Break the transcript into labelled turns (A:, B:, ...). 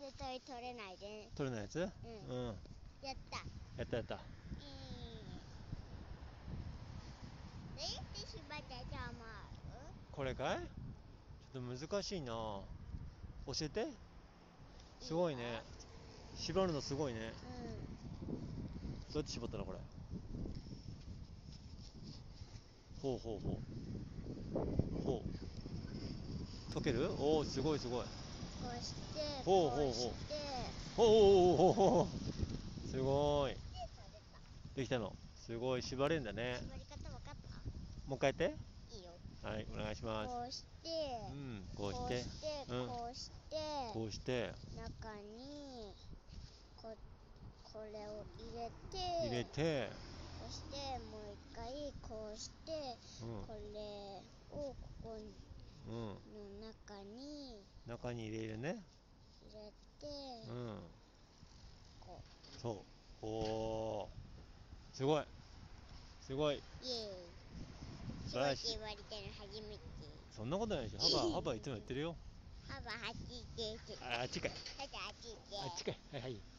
A: 絶対取れないで
B: 取れないやつ
A: う
B: うん、
A: やった
B: やったやっ
A: いいど
B: た
A: うやって縛ったと思う
B: これかいちょっと難しいな教えてすごいね
A: いいよ
B: 縛るのすごいね
A: うん
B: どうやって絞ったのこれほうほうほうほう溶けるおおすごいすごい
A: こうして
B: ほうほうほう
A: こして
B: ほうほうほうほうほうすごい
A: で取れた
B: できたのすごい縛れんだね
A: 縛り方わかった
B: もう一回やって
A: いいよ
B: はいお願いします
A: こうして
B: うんこうしてうん
A: こうして
B: こうして
A: 中にここれを入れて
B: 入れて
A: そしてもう一回こうしてこれをここ
B: うんうん
A: の中に
B: 中に入れるね
A: 入れて
B: うん
A: こ
B: そうおーすごいすごいう
A: イエーイ
B: 素晴らしい
A: 縛りたの初めて
B: そんなことないでしょハバハバいつも言ってるよ
A: パパあっち行って
B: ああっちかい
A: パパあっち行って
B: あっちかいはいはい